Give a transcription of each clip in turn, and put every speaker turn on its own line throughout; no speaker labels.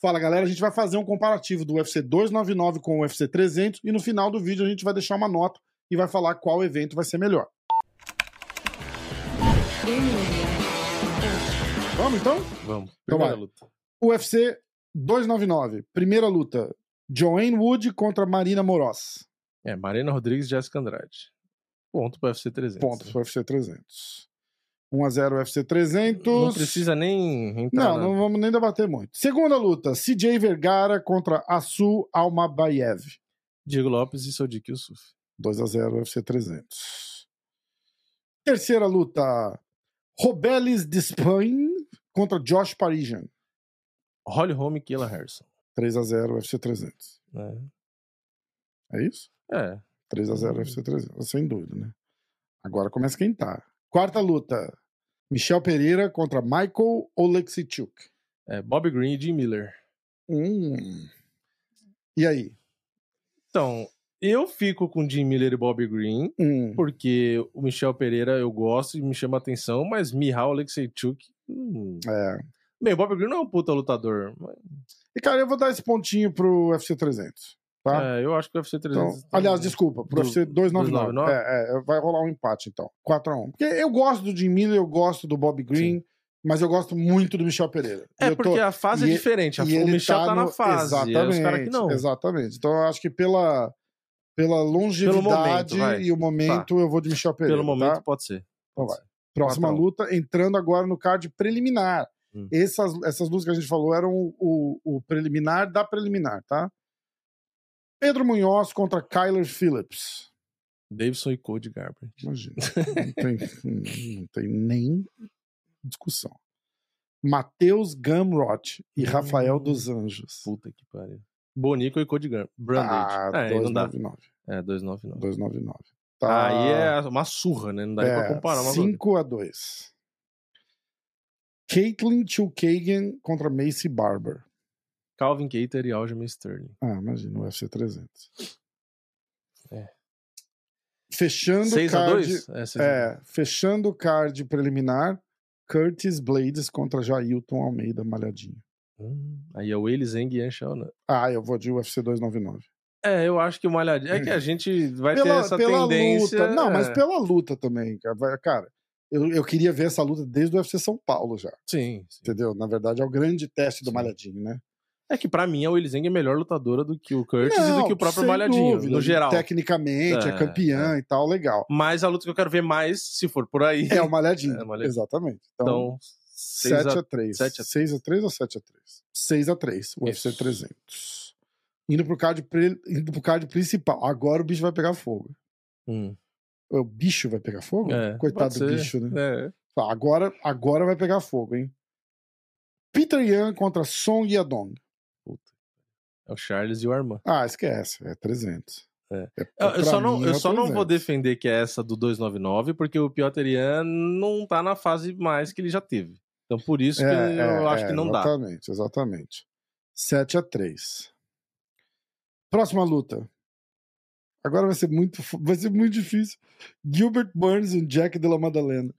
Fala galera, a gente vai fazer um comparativo do UFC 299 com o UFC 300 e no final do vídeo a gente vai deixar uma nota e vai falar qual evento vai ser melhor. Vamos então?
Vamos.
Então
Primeira
vai.
luta.
UFC 299, primeira luta, Joanne Wood contra Marina Moroz.
É, Marina Rodrigues e Jéssica Andrade. Ponto para UFC 300.
Pontos para o UFC 300. 1x0 UFC 300.
Não precisa né? nem entrar.
Não,
na-
não vamos nem debater muito. Segunda luta, CJ Vergara contra Asu Almabayev.
Diego Lopes e Sodiq Yusuf.
2x0 UFC 300. Terceira luta, Robelis Despain contra Josh Parisian.
Holly Holm e Kayla Harrison.
3x0 UFC 300.
né?
É isso?
É.
3x0
Hum.
UFC 300, sem dúvida, né? Agora começa a esquentar. Quarta luta, Michel Pereira contra Michael Oleksichuk.
é. Bob Green e Jim Miller.
Hum. E aí?
Então, eu fico com Jim Miller e Bob Green,
Hum.
porque o Michel Pereira eu gosto e me chama atenção, mas Mihal Alexeichuk. Hum.
É.
Bem, o Bob Green não é um puta lutador. Mas,
E cara, eu vou dar esse pontinho pro UFC 300, tá?
é, eu acho que o UFC
Então,
300. tá-
aliás, desculpa, pro
do-
UFC 299.
299?
É, é, vai rolar um empate então. 4x1. Porque eu gosto do Jim Miller, eu gosto do Bob Green, mas eu gosto muito do Michel Pereira. E
É
eu tô-
porque a fase
e-
é diferente. a-
e
o
ele
Michel tá, na
no-
fase. aí Os caras que não.
Exatamente. Então eu acho que pela, pela longevidade
momento, vai.
e o momento, eu vou de Michel Pereira. tá?
Pelo momento, pode ser.
Então
Pode
vai.
ser.
Próxima
Quatro a um.
luta, entrando agora no card preliminar.
Hum.
Essas, essas lutas que a gente falou eram o, o- o preliminar da preliminar, tá? Pedro Munhoz contra Kyler Phillips.
Davidson e Cody Garbrandt.
Imagina. Não
Mm.
tem, não tem nem discussão. Matheus Gamrot e
Hum.
Rafael dos Anjos.
Puta que pariu. Bonico e Cody Gar- Brandage.
Ah,
é, aí não dá.
299.
É, 299.
299. Tá,
Aí é uma surra, né? Não dá
é,
nem pra comparar. Uma
5x2. Caitlyn Chulkagan contra Macy Barber.
Calvin Cater e Aljamain Sterling.
Ah, imagina, o UFC 300.
É.
Fechando o card...
6x2? É, 6 a 2.
É, fechando o card preliminar, Curtis Blades contra Jailton Almeida Malhadinho.
Hum, Aí é o Willis Zeng e Yan Shaonan.
Ah, eu vou de UFC 299.
É, eu acho que o malhadinho. É que a gente vai ter essa tendência.
luta. Não, mas
é.
pela luta também. cara. Vai- Cara, eu, eu queria ver essa luta desde o UFC São Paulo já.
Sim, sim.
Entendeu? Na verdade, é o grande teste do
Sim.
Malhadinho, né?
É que pra mim a Willis Zeng é melhor lutadora do que o Curtis e do que o próprio
sem
Malhadinho,
dúvida.
no geral.
Tecnicamente, é,
É,
campeã e tal, legal.
Mas a luta que eu quero ver mais, se for por aí.
É o Malhadinho.
É, o Malhadinho.
Exatamente. Então,
Então, 6 a
7x3.
sete a-
6x3 ou 7x3? 6x3, o UFC
Isso.
300. Indo pro, card pre- Indo pro card principal. Agora o bicho vai pegar fogo.
Hum,
O bicho vai pegar fogo?
é,
Coitado
pode
do
ser.
bicho, né?
É.
Tá, Agora, agora vai pegar fogo, hein? Peter Yan contra Song Yadong.
É o Charles e o Armand.
Ah, esquece. É 300.
É.
É-
Eu,
pra
eu só não,
mim,
eu
é
só não vou
300.
defender que é essa do 299, porque o Piotr Ian não tá na fase mais que ele já teve. Então por isso que eu acho que não dá.
É, Exatamente, exatamente. 7 a 3 Próxima luta. Agora vai ser muito, fo- vai ser muito difícil. Gilbert Burns e Jack de la Madalena.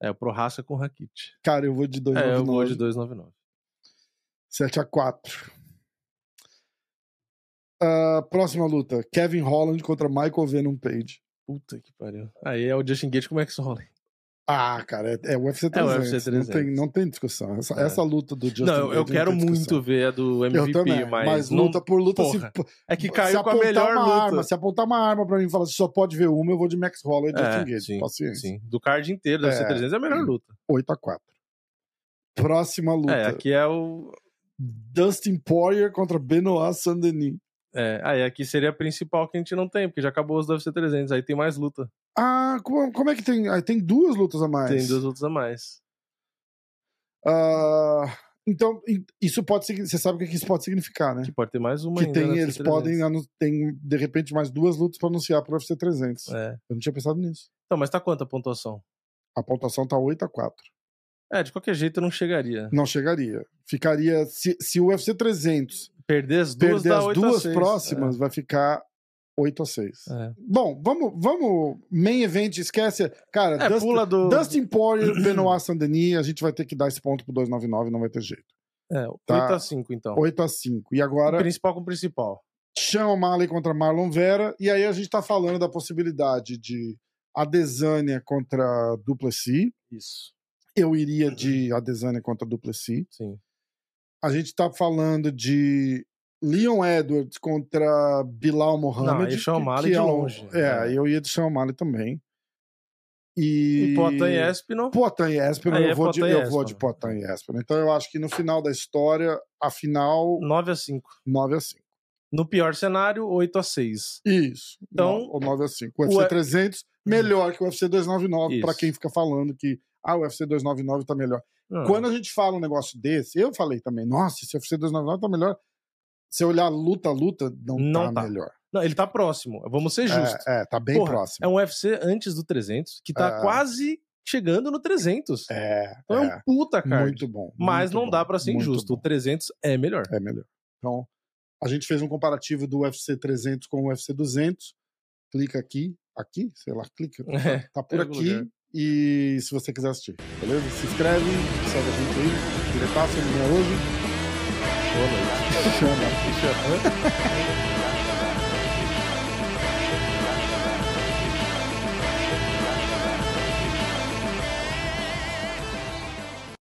É o Prohaska com o Rakit.
Cara, eu vou de 2
É, eu vou de 299.
7 a 4 Ah, próxima luta. Kevin Holland contra Michael Venom Page.
Puta que pariu. Aí é o Justin Gate com o Max Holloway.
Ah, cara, é, é UFC 300.
É o UFC
Não, tem, não tem discussão. Essa,
É.
essa luta do Justin
Não, eu,
Gage
eu quero
tem discussão.
é muito ver a do
Eu
MVP,
também,
mas,
mas,
não-
luta por luta, assim, se,
Porra. é que
se
caiu com a
apontar
melhor
uma
luta.
Arma, se apontar uma arma pra mim e falar se só pode ver uma, eu vou de Max Holloway e
É,
Justin Gates.
sim,
Paciência.
Sim, do card inteiro, deve
É.
ser 300, é a melhor luta.
8x4. Próxima luta.
É, aqui é o.
Dustin Poirier contra Benoit Saint-Denis.
É, aí aqui seria a principal que a gente não tem, porque já acabou os do UFC 300, aí tem mais luta.
Ah, como, como é que tem? Ah, tem duas lutas a mais.
Tem duas lutas a mais.
Ah, Então, isso pode ser. Você sabe o que isso pode significar, né?
Que pode ter mais Tipo uma
Que
ainda
tem,
nessa
eles
300.
podem. anu- Tem, de repente, mais duas lutas para anunciar para o UFC 300.
É.
Eu não tinha pensado nisso.
Então, mas tá quanto a pontuação?
A pontuação tá 8 a 4
É, de qualquer jeito eu não chegaria.
Não chegaria. Ficaria. Se, se o UFC 300
Perder as duas
perder
dá
as
8 a
duas
6.
próximas, vai ficar 8 a 6
É. É.
Bom, vamos, vamos. Main event, esquece. Cara,
É,
Dustin,
pula do.
Dustin Poirier, Benoit Saint-Denis, a gente vai ter que dar esse ponto pro 299, não vai ter jeito.
É, 8
Tá.
a 5, então.
8 a 5 E
O
agora,
principal com o principal.
Sean O'Malley contra Marlon Vera. E aí a gente tá falando da possibilidade de Adesanya contra Duplessis.
Isso.
Eu iria de Adesanya contra Duplessis.
Sim.
A gente tá falando de Leon Edwards contra Bilal Mohamed.
Não, aí Sean
que-
O'Malley
que
de
é um-
longe. né?
É, eu ia de Sean O'Malley também.
E,
E,
Potan e Espino.
Potan e Esper,
Aí
eu,
é
vou de,
Potan e
eu vou de
Aspinall.
Potan e Esper. Então eu acho que no final da história, a final
9 a 5.
9 a 5.
No pior cenário, 8 a 6.
Isso.
Então,
No- o 9 a 5. O
o
UFC
é-
300 melhor que o UFC 299,
Isso.
para quem fica falando que ah, o UFC 299 tá melhor.
Não.
Quando a gente fala um negócio desse, eu falei também, nossa, esse UFC 299 tá melhor. Se eu olhar luta a luta, não,
Não
tá,
tá.
melhor.
Não, ele tá próximo. Vamos ser justos.
É, é, tá bem
Porra,
próximo.
É um UFC antes do 300, que tá
É.
quase chegando no 300.
É,
Então é,
é.
um puta card.
muito bom.
Mas
muito
não
bom,
dá pra ser
muito
injusto.
bom.
O 300 é melhor.
É melhor. Então, a gente fez um comparativo do UFC 300 com o UFC 200. Clica aqui, aqui, sei lá, clica.
É,
Tá por
em algum
aqui.
lugar.
E se você quiser assistir, beleza? Se inscreve, segue a gente aí. Diretaço, não é hoje. Chama. Chama.